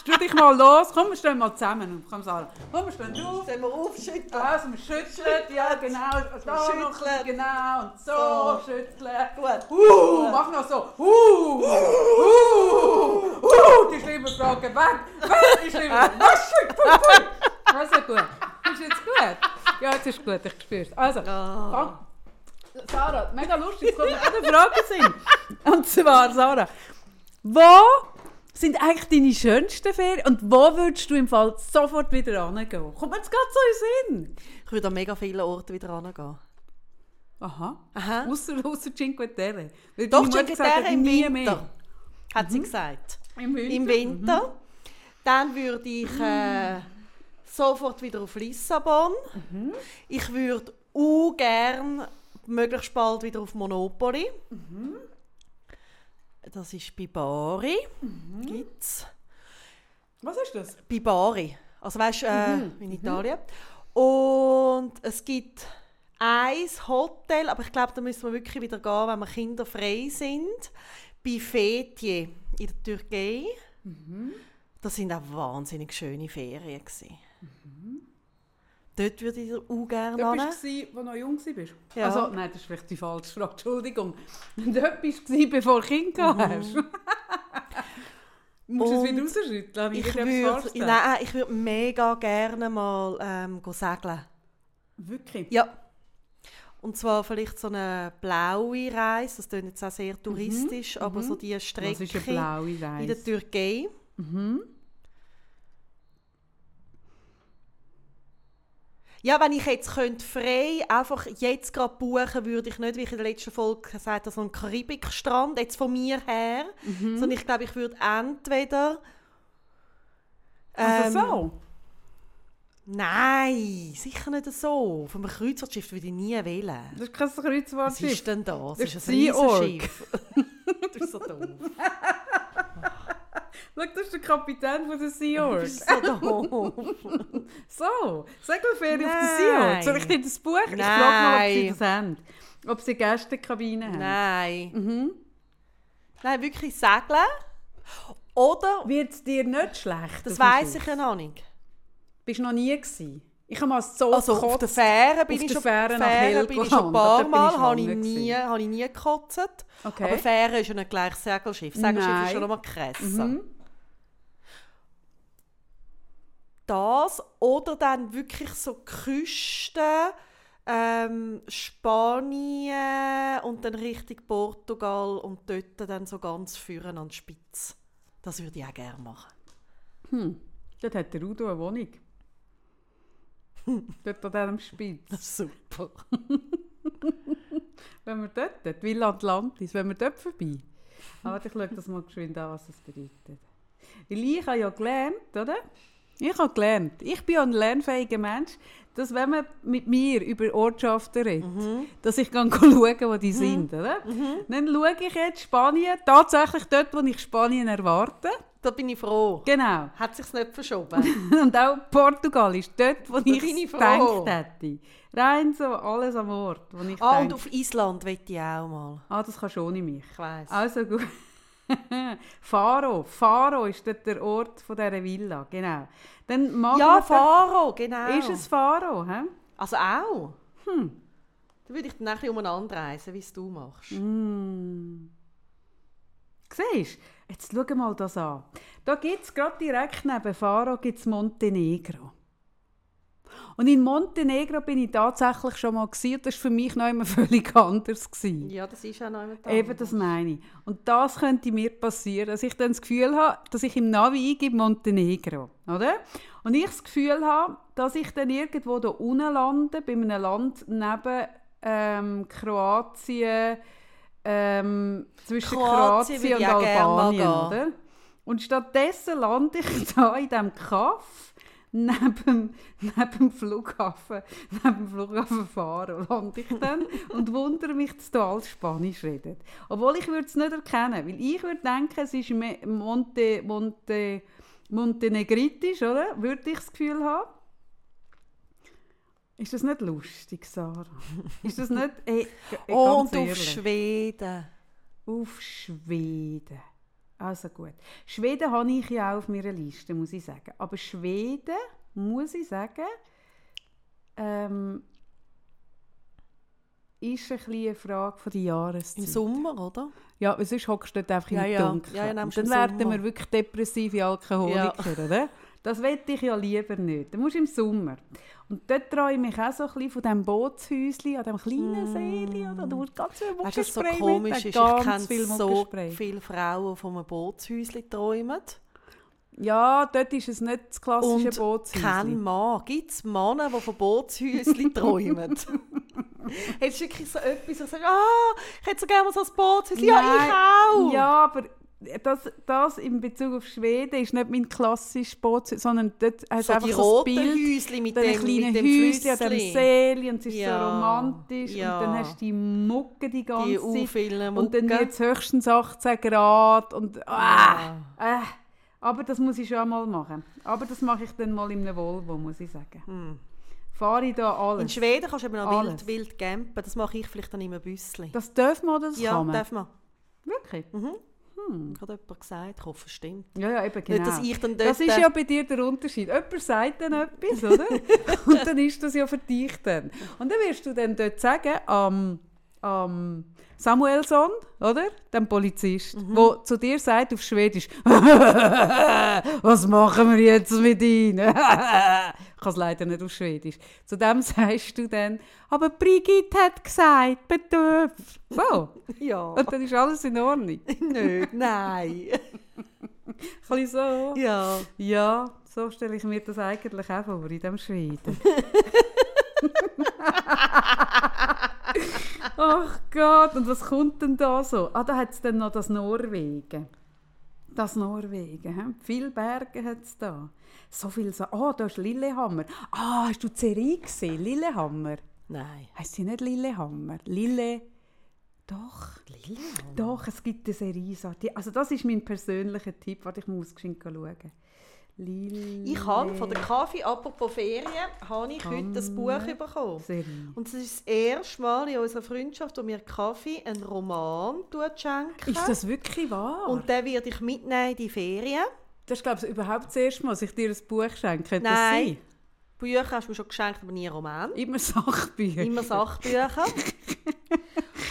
Speaker 2: Stell dich mal los. Komm, wir stehen mal zusammen auf. Komm, Sarah. Komm, wir stehen auf.
Speaker 1: Sollen wir aufschütteln?
Speaker 2: Also, wir schütteln. Ja, genau. Da noch,
Speaker 1: Schütteln.
Speaker 2: genau. Und so, schütteln.
Speaker 1: Gut.
Speaker 2: Uh, mach noch so. Uh, uh, uh, uh. Die schlimme Frage. Weg, weg, die schlimme Frage. Was schüttelt? Pfui, pfui. Also gut. Ist jetzt gut? Ja, jetzt ist gut. Ich spüre es. Also, komm. Sarah, mega lustig. Es kommt mir gerade eine Frage sind. Und zwar, Sarah, wo sind eigentlich deine schönsten Ferien und wo würdest du im Fall sofort wieder hingehen? Kommt mir jetzt gerade so in den Sinn?
Speaker 1: Ich würde an mega vielen Orten wieder herangehen.
Speaker 2: Aha.
Speaker 1: Aha.
Speaker 2: Ausser, ausser Cinque Terre. Weil
Speaker 1: Doch,
Speaker 2: deine Mutter
Speaker 1: Cinque
Speaker 2: gesagt hat,
Speaker 1: Terre im
Speaker 2: nie
Speaker 1: Winter,
Speaker 2: mehr.
Speaker 1: hat
Speaker 2: Mhm.
Speaker 1: sie gesagt.
Speaker 2: Im Winter.
Speaker 1: Im Winter. Dann würde ich äh, sofort wieder auf Lissabon. Ich würde u gern möglichst bald wieder auf Monopoly. Das ist Bibari. Gibt's.
Speaker 2: Was ist das?
Speaker 1: Bibari. Also weißt du,
Speaker 2: Mhm,
Speaker 1: äh, in Italien. Und es gibt ein Hotel, aber ich glaube, da müssen wir wirklich wieder gehen, wenn wir kinderfrei sind. Bei Fethiye in der Türkei.
Speaker 2: Mhm.
Speaker 1: Das sind auch wahnsinnig schöne Ferien. gewesen.
Speaker 2: Mhm.
Speaker 1: Dort würde ich auch gerne
Speaker 2: Du
Speaker 1: hin.
Speaker 2: warst, als du noch jung warst.
Speaker 1: Ja.
Speaker 2: Also, nein, das ist vielleicht die falsche Frage. Entschuldigung. Du warst, du, bevor du Kind hast. Musst du es
Speaker 1: Und
Speaker 2: wieder rausschütteln? habe
Speaker 1: Ich
Speaker 2: dir etwas
Speaker 1: würde,
Speaker 2: Falsches gesagt?
Speaker 1: nein, ich würde mega gerne mal ähm, go segeln.
Speaker 2: Wirklich?
Speaker 1: Ja. Und zwar vielleicht so eine blaue Reise, das klingt jetzt auch sehr touristisch, aber so die
Speaker 2: Das
Speaker 1: Strecke
Speaker 2: Mhm. ist eine blaue
Speaker 1: in der
Speaker 2: Reise. Mhm.
Speaker 1: Türkei. Ja, wenn ich jetzt könnte frei einfach jetzt gerade buchen würde, ich nicht, wie ich in der letzten Folge gesagt habe, so einen Karibikstrand, jetzt von mir her,
Speaker 2: Mhm.
Speaker 1: sondern ich glaube, ich würde entweder...
Speaker 2: Also
Speaker 1: ähm,
Speaker 2: so?
Speaker 1: Nein, sicher nicht so. Von einem Kreuzfahrtschiff würde ich nie wählen.
Speaker 2: Das ist kein
Speaker 1: Was ist
Speaker 2: Kreuzwortschiff.
Speaker 1: denn das?
Speaker 2: Das
Speaker 1: Das ist
Speaker 2: ist
Speaker 1: ein
Speaker 2: Sea Org.
Speaker 1: Riesenschiff. Du bist so doof.
Speaker 2: Schau, das ist der Kapitän von den Sea
Speaker 1: Du bist so doof.
Speaker 2: So, Segelferien auf der
Speaker 1: Nein.
Speaker 2: Sea Soll ich dir das Buch? Ich frage mal, ob sie
Speaker 1: Nein.
Speaker 2: das haben. Ob sie Gästekabine haben.
Speaker 1: Nein. Nein, wirklich segeln. Oder,
Speaker 2: Wird es dir nicht schlecht?
Speaker 1: das
Speaker 2: auf dem
Speaker 1: weiss
Speaker 2: Schiff?
Speaker 1: ich ja noch nicht.
Speaker 2: Bist du noch nie gewesen? Ich habe mal so
Speaker 1: Also auf der Fähre bin
Speaker 2: auf
Speaker 1: ich
Speaker 2: der
Speaker 1: schon,
Speaker 2: Fähre nach Hell
Speaker 1: bin ich schon ein
Speaker 2: gelandet.
Speaker 1: paar
Speaker 2: Dort bin ich
Speaker 1: Mal, habe ich,
Speaker 2: schwanger
Speaker 1: nie,
Speaker 2: gewesen.
Speaker 1: habe ich nie gekotzt.
Speaker 2: Okay.
Speaker 1: Aber Fähre ist ja nicht gleich Segelschiff. Segelschiff
Speaker 2: Nein.
Speaker 1: ist schon nochmal krasser.
Speaker 2: Mhm. Hm?
Speaker 1: Das oder dann wirklich so Küsten, ähm, Spanien und dann richtig Portugal und dort dann so ganz führen an die Spitze. Das würde ich auch gerne machen.
Speaker 2: Dort hat der Udo eine Wohnung. dort an diesem Spitz.
Speaker 1: Super.
Speaker 2: Wenn wir dort, dort Villa Atlantis, wenn wir dort vorbei. Aber ich schaue das mal geschwind an, was das bedeutet. Weil ich habe ja gelernt, oder? Ich habe gelernt. Ich bin ja ein lernfähiger Mensch, dass wenn man mit mir über Ortschaften redet,
Speaker 1: Mhm.
Speaker 2: dass ich dann schauen kann, wo die sind, oder? Dann schaue ich jetzt Spanien, tatsächlich dort, wo ich Spanien erwarte.
Speaker 1: Da bin ich froh.
Speaker 2: Genau.
Speaker 1: Hat sich's nicht verschoben.
Speaker 2: Und auch Portugal ist dort, wo ich
Speaker 1: bin ich
Speaker 2: gedacht
Speaker 1: froh.
Speaker 2: hätte. Rein so alles am Ort, wo ich
Speaker 1: ah,
Speaker 2: gedacht-
Speaker 1: und auf Island will ich auch mal.
Speaker 2: Ah, das kann schon in mich.
Speaker 1: Ich weiss.
Speaker 2: Also gut. Faro. Faro ist dort der Ort von dieser Villa, genau. Dann machen
Speaker 1: ja,
Speaker 2: wir dort-
Speaker 1: Faro, genau.
Speaker 2: Ist es Faro, hä?
Speaker 1: Also auch. Hm. Da würde ich dann ein bisschen umeinander reisen, wie es du machst.
Speaker 2: Hm.
Speaker 1: Mm.
Speaker 2: Siehst du? Jetzt schau mal das an. Da gibt es gerade direkt neben Faro gibt's Montenegro. Und in Montenegro bin ich tatsächlich schon mal gewesen, und das war für mich noch immer völlig anders. Gewesen.
Speaker 1: Ja, das ist auch noch immer
Speaker 2: Eben, das meine ich. Und das könnte mir passieren, dass ich dann das Gefühl habe, dass ich im Navi eingebe Montenegro, oder? Und ich das Gefühl habe, dass ich dann irgendwo da unten lande, bei einem Land neben ähm, Kroatien, ähm, zwischen
Speaker 1: Kroatien
Speaker 2: Kroatien,
Speaker 1: würde
Speaker 2: und
Speaker 1: ich auch gerne mal
Speaker 2: Albanien,
Speaker 1: gehen.
Speaker 2: oder? Und stattdessen lande ich da in diesem Kaff neben, neben dem Flughafen, neben dem Flughafen fahren, lande ich dann und wundere mich, dass da alles Spanisch redet. Obwohl ich würde es nicht erkennen, weil ich würde denken, es ist Me- Monte, Monte, Montenegritisch, oder? Würde ich das Gefühl haben. Ist das nicht lustig, Sarah? Ist das nicht... Ey, g-
Speaker 1: Oh,
Speaker 2: ganz
Speaker 1: und auf
Speaker 2: ehrlich.
Speaker 1: Schweden.
Speaker 2: Auf Schweden. Also gut. Schweden habe ich ja auch auf meiner Liste, muss ich sagen. Aber Schweden, muss ich sagen, ähm, ist ein bisschen eine Frage von der
Speaker 1: Im
Speaker 2: Jahreszeit.
Speaker 1: Sommer, oder?
Speaker 2: ja, weil sonst hockst du dort einfach
Speaker 1: Ja,
Speaker 2: im
Speaker 1: ja.
Speaker 2: Dunkeln.
Speaker 1: Ja, ja,
Speaker 2: Und
Speaker 1: nimmst
Speaker 2: dann
Speaker 1: im
Speaker 2: werden
Speaker 1: Sommer.
Speaker 2: wir wirklich depressive Alkoholiker, oder? Das wette ich ja lieber nicht. Dann musst du im Sommer. Und dort träume ich mich auch so ein bisschen von diesem Bootshäuschen, an diesem kleinen Seeli, oder? Da wird ganz viel
Speaker 1: Mm. Weißt du, was so
Speaker 2: Muggenspray
Speaker 1: komisch
Speaker 2: mit, äh,
Speaker 1: ist? Ich
Speaker 2: ganz
Speaker 1: kenne
Speaker 2: viel
Speaker 1: so
Speaker 2: Muggenspray.
Speaker 1: viele Frauen, die von einem Bootshäuschen träumen.
Speaker 2: Ja, dort ist es nicht das klassische
Speaker 1: Und kein
Speaker 2: Bootshäuschen.
Speaker 1: Mann. Gibt es Männer, die von Bootshäuschen träumen? Jetzt ist wirklich so etwas, wo ich sage, ah, ich hätte so gerne mal so ein Bootshäuschen. Ja, ich auch.
Speaker 2: Oh! Ja, aber das, das in Bezug auf Schweden ist nicht mein klassisches Bootshäuschen, sondern dort hat es
Speaker 1: so
Speaker 2: Also einfach
Speaker 1: die
Speaker 2: so ein
Speaker 1: roten
Speaker 2: Bild.
Speaker 1: Häuschen mit
Speaker 2: Mit einem
Speaker 1: dem,
Speaker 2: kleinen
Speaker 1: mit dem
Speaker 2: Häuschen an diesem
Speaker 1: Flüsschen.
Speaker 2: See und es ist so
Speaker 1: Ja,
Speaker 2: romantisch
Speaker 1: ja.
Speaker 2: und dann hast du die Mucke die ganze
Speaker 1: Die
Speaker 2: Zeit.
Speaker 1: vielen
Speaker 2: Und dann
Speaker 1: Mucke.
Speaker 2: wird es höchstens 18 Grad und ah,
Speaker 1: Ja.
Speaker 2: äh. Aber das muss ich schon mal machen. Aber das mache ich dann mal im Volvo, muss ich sagen. Fahre ich da
Speaker 1: Hm. In
Speaker 2: alles.
Speaker 1: Schweden kannst du eben noch
Speaker 2: Ah. Alles.
Speaker 1: wild, wild campen. Das mache ich vielleicht dann immer ein bisschen.
Speaker 2: Das dürfen wir oder das
Speaker 1: ja,
Speaker 2: kann man?
Speaker 1: darf man.
Speaker 2: Wirklich?
Speaker 1: Hat jemand gesagt, ich hoffe, es stimmt.
Speaker 2: Ja, ja, eben genau.
Speaker 1: dass ich dann dort-
Speaker 2: das ist ja bei dir der Unterschied. Jemand sagt dann etwas, oder? und dann ist das ja für dich dann. Und dann wirst du dann dort sagen, am am Samuelson, oder? Dem Polizist, wo zu dir sagt auf Schwedisch, was machen wir jetzt mit ihnen? ich kann es leider nicht auf Schwedisch. Zu dem sagst du dann, aber Brigitte hat gesagt, betöpf. So,
Speaker 1: Ja.
Speaker 2: und dann ist alles in Ordnung.
Speaker 1: Nicht, nein.
Speaker 2: Ein bisschen so.
Speaker 1: Ja.
Speaker 2: Ja, so stelle ich mir das eigentlich auch vor, in dem Schweden. Ach Gott, und was kommt denn da so? Ah, da hat es dann noch das Norwegen. Das Norwegen, hä? viele Berge hat es da. So viel so. Ah, da ist Lillehammer. Ah, hast du die Serie gesehen? Lillehammer.
Speaker 1: Nein.
Speaker 2: Heißt sie nicht Lillehammer? Lille. Doch.
Speaker 1: Lila?
Speaker 2: Doch, es gibt eine Serie. so. Die- Also das ist mein persönlicher Tipp. Warte, ich muss geschwind schauen. Lille
Speaker 1: Ich habe von der Kaffee, apropos Ferien, habe ich heute
Speaker 2: Hm.
Speaker 1: das Buch bekommen.
Speaker 2: Serie.
Speaker 1: Und es ist das erste Mal in unserer Freundschaft, wo mir Kaffee einen Roman tut schenkt.
Speaker 2: Ist das wirklich wahr?
Speaker 1: Und den werde ich mitnehmen in die Ferien.
Speaker 2: das ist, glaube ich, überhaupt das erste Mal, dass ich dir ein Buch schenke. Könnte
Speaker 1: Nein. Bücher hast du mir schon geschenkt, aber nie Roman.
Speaker 2: das sein? Immer Sachbücher.
Speaker 1: Immer Sachbücher.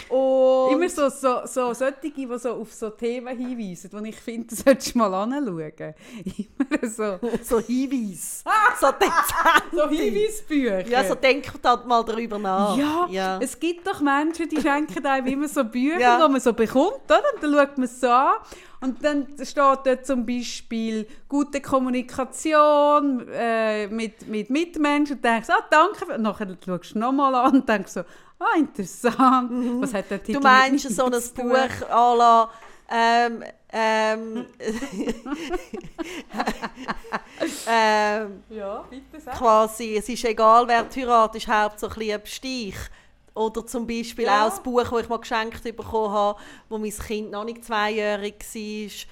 Speaker 1: Und
Speaker 2: Immer so, so, so solche, die so auf so Themen hinweisen, die ich finde, das solltest du mal anschauen. Immer so,
Speaker 1: so Hinweis. Ah, so dezent.
Speaker 2: so Hinweisbücher.
Speaker 1: Ja, so denk halt mal darüber nach.
Speaker 2: Ja,
Speaker 1: ja.
Speaker 2: es gibt doch Menschen, die schenken einem immer so Bücher,
Speaker 1: Ja.
Speaker 2: die man so bekommt, oder? Und dann schaut man es so an und dann steht dort zum Beispiel gute Kommunikation äh, mit, mit Mitmenschen und denkst, ah, danke. Und nachher schaust du nochmal an und denkst so, ah, interessant, was hat der Titel
Speaker 1: Mhm. du
Speaker 2: mit
Speaker 1: meinst
Speaker 2: mir
Speaker 1: so ein
Speaker 2: zu tun?
Speaker 1: Buch à la, ähm, ähm, ähm,
Speaker 2: Ja, bitte sag.
Speaker 1: quasi, es ist egal, wer die Heirat ist, hauptsächlich ein Stich. Oder zum Beispiel
Speaker 2: Ja.
Speaker 1: auch das Buch, das ich mal geschenkt bekommen habe, wo mein Kind noch nicht zweijährig war,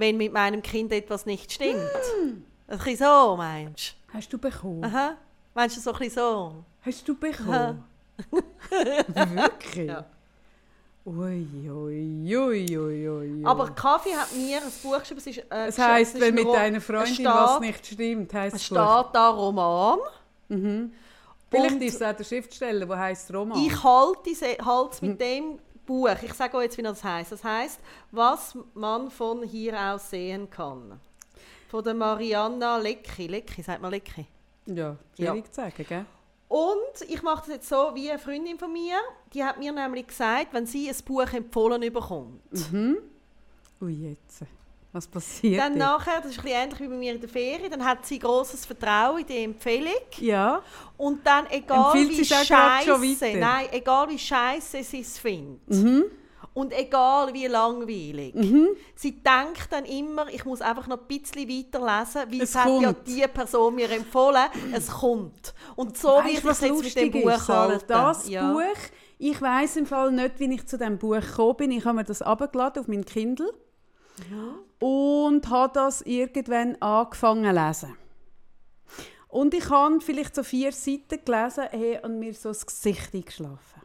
Speaker 1: wenn mit meinem Kind etwas nicht stimmt.
Speaker 2: Mm.
Speaker 1: Ein bisschen so, meinst
Speaker 2: Hast du bekommen?
Speaker 1: du? Aha. Meinst du so ein bisschen so?
Speaker 2: Hast du bekommen? Wirklich?
Speaker 1: Ja.
Speaker 2: Ui, ui, ui, ui, ui.
Speaker 1: Aber Kaffee hat mir ein Buch geschrieben. Es, ist, äh,
Speaker 2: Es
Speaker 1: geschrieben,
Speaker 2: heisst,
Speaker 1: ist
Speaker 2: wenn
Speaker 1: ein
Speaker 2: mit
Speaker 1: Ro-
Speaker 2: deiner
Speaker 1: es
Speaker 2: Freundin
Speaker 1: steht-
Speaker 2: was nicht stimmt, heisst
Speaker 1: Es
Speaker 2: es
Speaker 1: steht
Speaker 2: gut.
Speaker 1: da Roman.
Speaker 2: Mhm. Vielleicht
Speaker 1: Und-
Speaker 2: ist es auch der Schriftsteller, der heisst Roman.
Speaker 1: Ich halte es halt's mit dem Buch. Ich sage euch jetzt, wie das heißt. Das heißt, was man von hier aus sehen kann. Von der Marianna Lecki. Lecki, sagt man Lecki.
Speaker 2: ja, schwierig zu sagen, gell?
Speaker 1: Und ich mache das jetzt so wie eine Freundin von mir. Die hat mir nämlich gesagt, wenn sie ein Buch empfohlen bekommt,
Speaker 2: Ui, jetzt. Was passiert
Speaker 1: dann
Speaker 2: jetzt?
Speaker 1: nachher, das ist ein bisschen ähnlich wie bei mir in der Ferien, dann hat sie großes Vertrauen in die Empfehlung.
Speaker 2: Ja,
Speaker 1: Und dann, egal
Speaker 2: Empfiehlt
Speaker 1: wie
Speaker 2: sie es auch grad schon
Speaker 1: scheiße,
Speaker 2: weiter? Mhm.
Speaker 1: nein, egal wie scheiße sie es findet. Und egal wie langweilig. Sie denkt dann immer, ich muss einfach noch ein bisschen weiterlesen, weil
Speaker 2: Es
Speaker 1: es hat ja
Speaker 2: kommt.
Speaker 1: die Person mir empfohlen, es kommt. Und so
Speaker 2: Weisst
Speaker 1: wird
Speaker 2: du,
Speaker 1: es jetzt mit dem
Speaker 2: lustig
Speaker 1: Buch
Speaker 2: ist, Sarah?
Speaker 1: halten.
Speaker 2: Das
Speaker 1: ja.
Speaker 2: Buch, ich weiß im Fall nicht, wie ich zu diesem Buch gekommen bin. Ich habe mir das abgeladen auf mein Kindle und habe das irgendwann angefangen zu lesen. Und ich habe vielleicht so vier Seiten gelesen hey, und mir so das Gesicht eingeschlafen.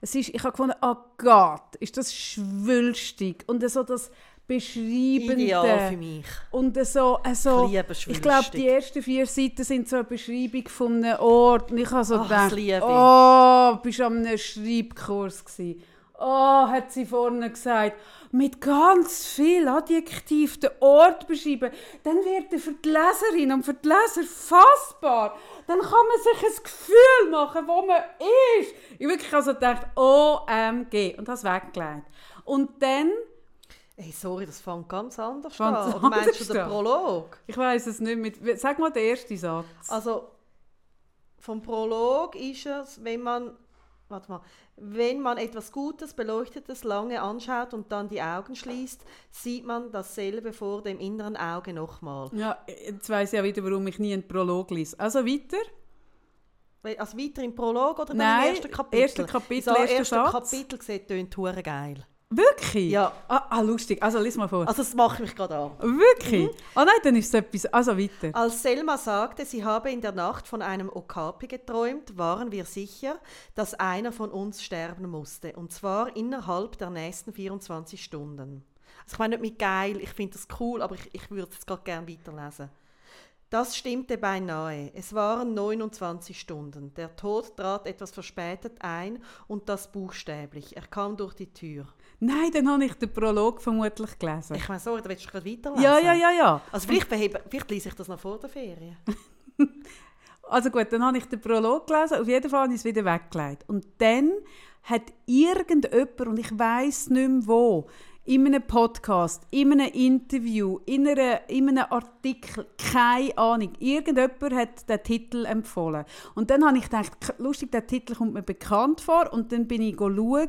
Speaker 2: Es ist, ich habe gefunden, oh Gott, ist das schwülstig und so das Beschreibende.
Speaker 1: Ideal für mich.
Speaker 2: Und so, also,
Speaker 1: Ich liebe
Speaker 2: ich glaube,
Speaker 1: Schwülstig.
Speaker 2: die ersten vier Seiten sind so eine Beschreibung von einem Ort. Und ich habe so
Speaker 1: Ach, das
Speaker 2: gedacht,
Speaker 1: liebe ich.
Speaker 2: oh, bist du an einem Schreibkurs gsi? Oh, hat sie vorne gesagt, mit ganz viel Adjektiv den Ort beschreiben, dann wird er für die Leserin und für die Leser fassbar. Dann kann man sich ein Gefühl machen, wo man ist. Ich wirklich also gedacht, OMG, und das weggelegt. Und dann
Speaker 1: Hey, sorry, das fängt ganz anders
Speaker 2: Ganz
Speaker 1: an. Oder
Speaker 2: anders
Speaker 1: meinst du den
Speaker 2: an.
Speaker 1: Prolog?
Speaker 2: Ich weiß es nicht mit. Sag mal den ersten Satz.
Speaker 1: Also, vom Prolog ist es, wenn man, warte mal, wenn man etwas Gutes, Beleuchtetes lange anschaut und dann die Augen schließt, sieht man dasselbe vor dem inneren Auge nochmal.
Speaker 2: Ja, jetzt weiß ich ja wieder, warum ich nie einen Prolog lese. Also weiter.
Speaker 1: We- Also weiter im Prolog oder
Speaker 2: Nein,
Speaker 1: dann im ersten Kapitel?
Speaker 2: erste Kapitel,
Speaker 1: so,
Speaker 2: erster
Speaker 1: erste
Speaker 2: Satz.
Speaker 1: Kapitel sieht tönt hure geil.
Speaker 2: Wirklich?
Speaker 1: Ja.
Speaker 2: Ah, ah lustig. Also lies mal vor.
Speaker 1: Also das mache ich mich gerade an.
Speaker 2: Wirklich?
Speaker 1: Mhm.
Speaker 2: Ah nein, dann ist es etwas. Also weiter.
Speaker 1: Als Selma sagte, sie habe in der Nacht von einem Okapi geträumt, waren wir sicher, dass einer von uns sterben musste. Und zwar innerhalb der nächsten 24 Stunden. Also ich meine nicht mit geil, ich finde das cool, aber ich, ich würde es gerade gerne weiterlesen. Das stimmte beinahe. Es waren 29 Stunden. Der Tod trat etwas verspätet ein und das buchstäblich. Er kam durch die Tür.
Speaker 2: Nein, dann habe ich den Prolog vermutlich gelesen.
Speaker 1: Ich meine, sorry, da willst du gerade weiterlesen.
Speaker 2: Ja, ja, ja, ja.
Speaker 1: Also vielleicht, behebe, vielleicht lese ich das noch vor der Ferien.
Speaker 2: Also gut, dann habe ich den Prolog gelesen. Auf jeden Fall habe ich es wieder weggelegt. Und dann hat irgendjemand, und ich weiß nicht mehr wo, in einem Podcast, in einem Interview, in, einer, in einem Artikel, keine Ahnung, irgendjemand hat den Titel empfohlen. Und dann habe ich gedacht, k- lustig, der Titel kommt mir bekannt vor. Und dann bin ich go schauen.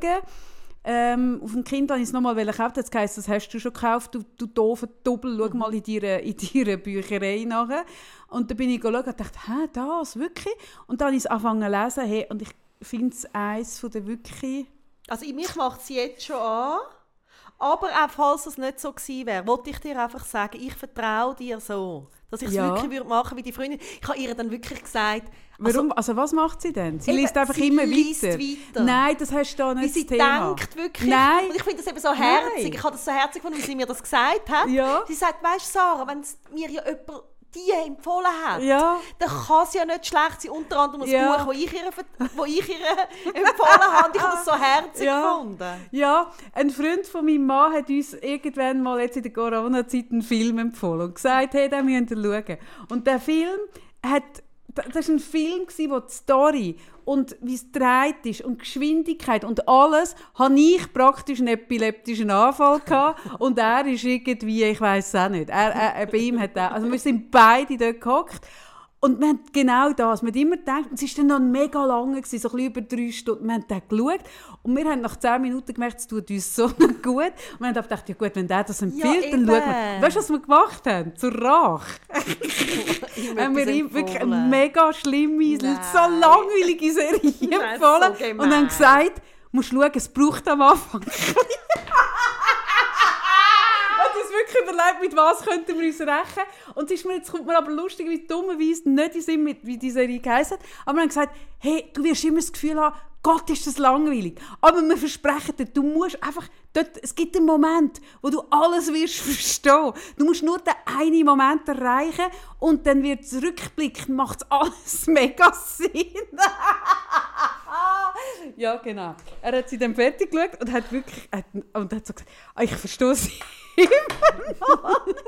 Speaker 2: Ähm, auf dem Kind wollte ich es nochmal gekauft. Jetzt heisst, das hast du schon gekauft, du, du doofe Doppel,
Speaker 1: Mhm.
Speaker 2: schau mal in deiner in deiner Bücherei nach. Und dann bin ich geschaut und dachte, hä, das, wirklich? Und dann habe ich es angefangen zu lesen hey, und ich finde es eines von der wirklich
Speaker 1: Also ich- mich macht es jetzt schon an. Aber auch falls es nicht so gewesen wäre, wollte ich dir einfach sagen, ich vertraue dir so. Dass ich es
Speaker 2: Ja.
Speaker 1: wirklich würde machen wie die Freundin. Ich habe ihr dann wirklich gesagt, also,
Speaker 2: Warum? Also, was macht sie denn? Sie
Speaker 1: Eben,
Speaker 2: liest einfach
Speaker 1: sie
Speaker 2: immer
Speaker 1: liest
Speaker 2: weiter.
Speaker 1: weiter.
Speaker 2: Nein, das hast du da
Speaker 1: wie
Speaker 2: nicht
Speaker 1: sie
Speaker 2: das Thema.
Speaker 1: denkt wirklich.
Speaker 2: Nein.
Speaker 1: Und ich finde das eben so
Speaker 2: Nein.
Speaker 1: herzig. Ich habe das so herzig gefunden, wie sie mir das gesagt hat.
Speaker 2: Ja.
Speaker 1: Sie sagt, weißt du, Sarah, wenn es mir ja jemand die empfohlen hat,
Speaker 2: Ja.
Speaker 1: dann kann es ja nicht schlecht sein. Unter anderem das
Speaker 2: Ja.
Speaker 1: Buch, das ich ihr, ver- wo ich ihr empfohlen habe. Und ich habe das so herzig
Speaker 2: Ja.
Speaker 1: gefunden.
Speaker 2: Ja, ein Freund von meinem Mann hat uns irgendwann mal jetzt in der Corona-Zeit einen Film empfohlen und gesagt, hey, den müsst ihr schauen. Und der Film hat, das war ein Film, gewesen, wo die Story und wie es dreht ist und Geschwindigkeit und alles, habe ich praktisch einen epileptischen Anfall gehabt und er ist irgendwie, ich weiß auch nicht, er, er, er, bei ihm hat er, also wir sind beide dort gehockt und wir haben genau das, wir haben immer gedacht, es war dann noch mega lange, gewesen, so ein bisschen über drei Stunden, wir haben dann geschaut und wir haben nach zehn Minuten gemerkt, es tut uns so nicht gut. Und wir haben einfach gedacht, ja gut, wenn der das empfiehlt, dann
Speaker 1: eben.
Speaker 2: schauen wir. Weißt du, was wir gemacht haben? Zur Rache.
Speaker 1: Ihm
Speaker 2: Haben wir
Speaker 1: etwas
Speaker 2: ihm wirklich eine
Speaker 1: empfohlen.
Speaker 2: mega schlimme,
Speaker 1: Nein.
Speaker 2: so langweilige Serie
Speaker 1: Das ist
Speaker 2: empfohlen
Speaker 1: so gemein.
Speaker 2: und haben gesagt, musst schauen, es braucht am Anfang. Ich habe uns wirklich überlegt, mit was könnten wir uns rächen. Und es ist mir, jetzt kommt mir aber lustig, wie dummerweise nicht in den Sinn, mit- wie die Serie geheißen hat. Aber wir haben gesagt, hey, du wirst immer das Gefühl haben, Gott, ist das langweilig. Aber wir versprechen dir, du musst einfach, dort, es gibt einen Moment, wo du alles wirst verstehen. Du musst nur den einen Moment erreichen und dann wird es rückblickend, macht alles mega Sinn. Ja, genau. Er hat sie dann fertig geschaut und hat wirklich hat, und hat so gesagt, ah, ich verstehe sie immer noch. nicht.»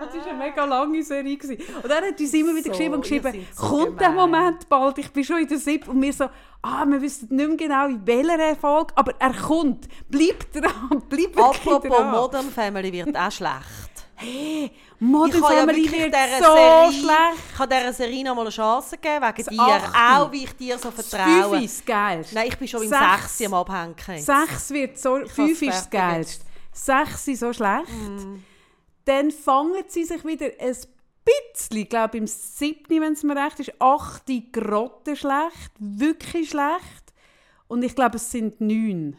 Speaker 2: Es war eine mega lange Serie. gewesen. Und er hat uns immer wieder
Speaker 1: So,
Speaker 2: geschrieben und
Speaker 1: ihr
Speaker 2: geschrieben,
Speaker 1: seid so
Speaker 2: kommt der
Speaker 1: gemein.»
Speaker 2: Moment bald, ich bin schon in der Sieb. Und wir so, ah, wir wissen nicht mehr genau, in welcher Folge, aber er kommt. Bleib dran, bleib wirklich
Speaker 1: Apropos
Speaker 2: dran.
Speaker 1: Modern Family wird auch schlecht.
Speaker 2: hey,
Speaker 1: Ich
Speaker 2: Modern
Speaker 1: habe ja
Speaker 2: Family
Speaker 1: wirklich
Speaker 2: wird
Speaker 1: dieser
Speaker 2: so
Speaker 1: Serie,
Speaker 2: schlecht.
Speaker 1: Ich habe dieser Serie noch mal eine Chance gegeben, wegen dir.
Speaker 2: Achte.
Speaker 1: Auch wie ich dir so
Speaker 2: Das Fünf
Speaker 1: vertraue.
Speaker 2: ist das Geilste.
Speaker 1: Nein, ich bin schon im
Speaker 2: Sechs.
Speaker 1: Sechsi am Abhängen.
Speaker 2: Sechs wird so, fünf ist das
Speaker 1: fertig
Speaker 2: Geilste. Sechs sind so schlecht. Dann fangen sie sich wieder ein bisschen, ich glaube im siebten, wenn es mir recht ist, achte Grotte schlecht, wirklich schlecht. Und ich glaube, es sind neun.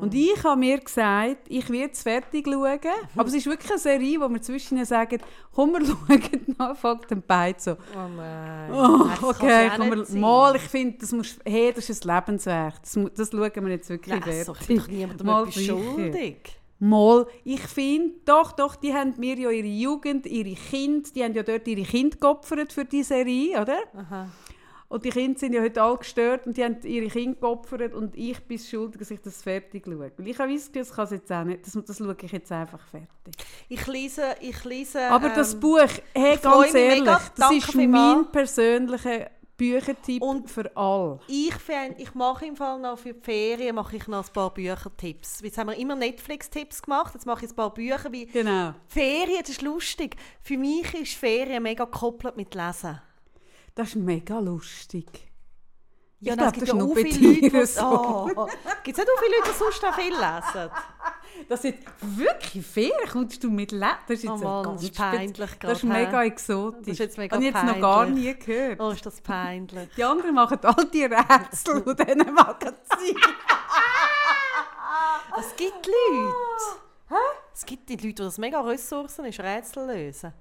Speaker 2: Und ich habe mir gesagt, ich werde es fertig schauen. Aber es ist wirklich eine Serie, wo wir zwischendurch sagen, komm, wir schauen nach, fängt dann beide so.
Speaker 1: Oh nein.
Speaker 2: Oh,
Speaker 1: Nein, das
Speaker 2: okay,
Speaker 1: kann
Speaker 2: komm,
Speaker 1: ja
Speaker 2: wir,
Speaker 1: nicht sein.
Speaker 2: mal, ich finde, das, musst- hey, das ist ein Lebenswerk. Das, mu- das schauen wir jetzt wirklich
Speaker 1: Nein, also, ich bin doch niemandem
Speaker 2: Mal
Speaker 1: etwas
Speaker 2: sicher.
Speaker 1: schuldig.
Speaker 2: Mal, ich finde, doch, doch, die haben mir ja ihre Jugend, ihre Kinder, die haben ja dort ihre Kinder geopfert für die Serie, oder?
Speaker 1: Aha.
Speaker 2: Und die Kinder sind ja heute alle gestört und die haben ihre Kinder geopfert und ich bin schuldig, dass ich das fertig schaue. Weil ich habe das Gefühl, das kann es jetzt auch nicht, das, das schaue ich jetzt einfach fertig.
Speaker 1: Ich lese, ich lese...
Speaker 2: Aber
Speaker 1: ähm,
Speaker 2: das Buch, hey,
Speaker 1: ich freue
Speaker 2: ganz
Speaker 1: mich mega.
Speaker 2: ehrlich, das
Speaker 1: Danke
Speaker 2: ist
Speaker 1: vielmals.
Speaker 2: mein persönlicher Büchertipp
Speaker 1: Und-
Speaker 2: für alle.
Speaker 1: Ich, fänd, ich mache im Fall noch für die Ferien mache ich noch ein paar Büchertipps. Jetzt haben wir immer Netflix-Tipps gemacht, jetzt mache ich ein paar Bücher. Wie
Speaker 2: Genau.
Speaker 1: Ferien, das ist lustig. Für mich ist Ferien mega gekoppelt mit Lesen.
Speaker 2: Das ist mega lustig.
Speaker 1: Ja, nein,
Speaker 2: Ich glaub,
Speaker 1: es gibt
Speaker 2: das
Speaker 1: ja
Speaker 2: ist
Speaker 1: auch
Speaker 2: nur bei
Speaker 1: viele Leute,
Speaker 2: dir
Speaker 1: die...
Speaker 2: so.
Speaker 1: Oh. Gibt es auch viele Leute, die sonst auch viel lesen?
Speaker 2: Das ist wirklich fair, kommst du mit Leben. Das ist jetzt
Speaker 1: Oh Mann,
Speaker 2: ganz
Speaker 1: das ist peinlich
Speaker 2: spez-
Speaker 1: gerade,
Speaker 2: Das ist mega
Speaker 1: hä?
Speaker 2: exotisch.
Speaker 1: Das ist jetzt mega
Speaker 2: Habe ich jetzt noch gar
Speaker 1: peinlich.
Speaker 2: nie gehört.
Speaker 1: Oh, ist das peinlich.
Speaker 2: Die anderen machen all die Rätsel aus diesen Magazinen.
Speaker 1: Es gibt
Speaker 2: Ah.
Speaker 1: Leute. Es gibt die Leute, die das mega Ressourcen ist, Rätsel lösen.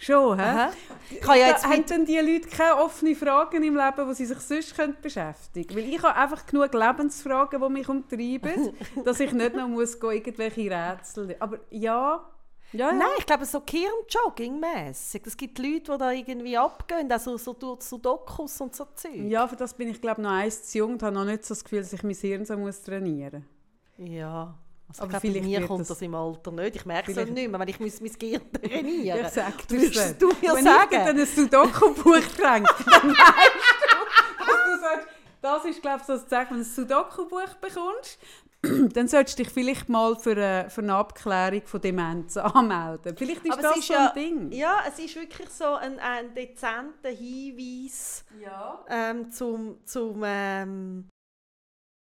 Speaker 2: Schon, hä?
Speaker 1: Aha. Ich kann ja
Speaker 2: Da
Speaker 1: jetzt
Speaker 2: haben
Speaker 1: mit,
Speaker 2: denn die Leute keine offenen Fragen im Leben, die sie sich sonst können beschäftigen können? Weil ich habe einfach genug Lebensfragen, die mich umtreiben, dass ich nicht noch muss gehen, irgendwelche Rätsel... Aber ja... ja, ja.
Speaker 1: Nein, ich glaube, so Kirnjogging-mässig. Es gibt Leute, die da irgendwie abgehen, also so durch Sudokus und so Zeug.
Speaker 2: Ja, für das bin ich glaube noch eins zu jung und habe noch nicht so das Gefühl, dass ich mein Hirn so muss trainieren
Speaker 1: Ja. Also
Speaker 2: Aber
Speaker 1: ich glaube, bei
Speaker 2: vielleicht
Speaker 1: mir
Speaker 2: wird
Speaker 1: kommt
Speaker 2: das-
Speaker 1: das, im Alter nicht. Ich merke es
Speaker 2: Vielleicht-
Speaker 1: nicht mehr, wenn ich muss mein Gehirn trainieren
Speaker 2: Ich sage dir
Speaker 1: Würdest
Speaker 2: das.
Speaker 1: du mir
Speaker 2: Wenn
Speaker 1: sagen?
Speaker 2: ich dir dann ein Sudoku-Buch tränke, dann weißt du, dass du sollst, das ist glaube ich so das Zeichen, wenn du ein Sudoku-Buch bekommst, dann solltest du dich vielleicht mal für eine, für eine Abklärung von Demenz anmelden. Vielleicht ist
Speaker 1: Aber
Speaker 2: das
Speaker 1: es ist
Speaker 2: so
Speaker 1: ja-
Speaker 2: ein Ding.
Speaker 1: Ja, es ist wirklich so ein, ein dezenter Hinweis
Speaker 2: Ja.
Speaker 1: ähm, zum, zum ähm,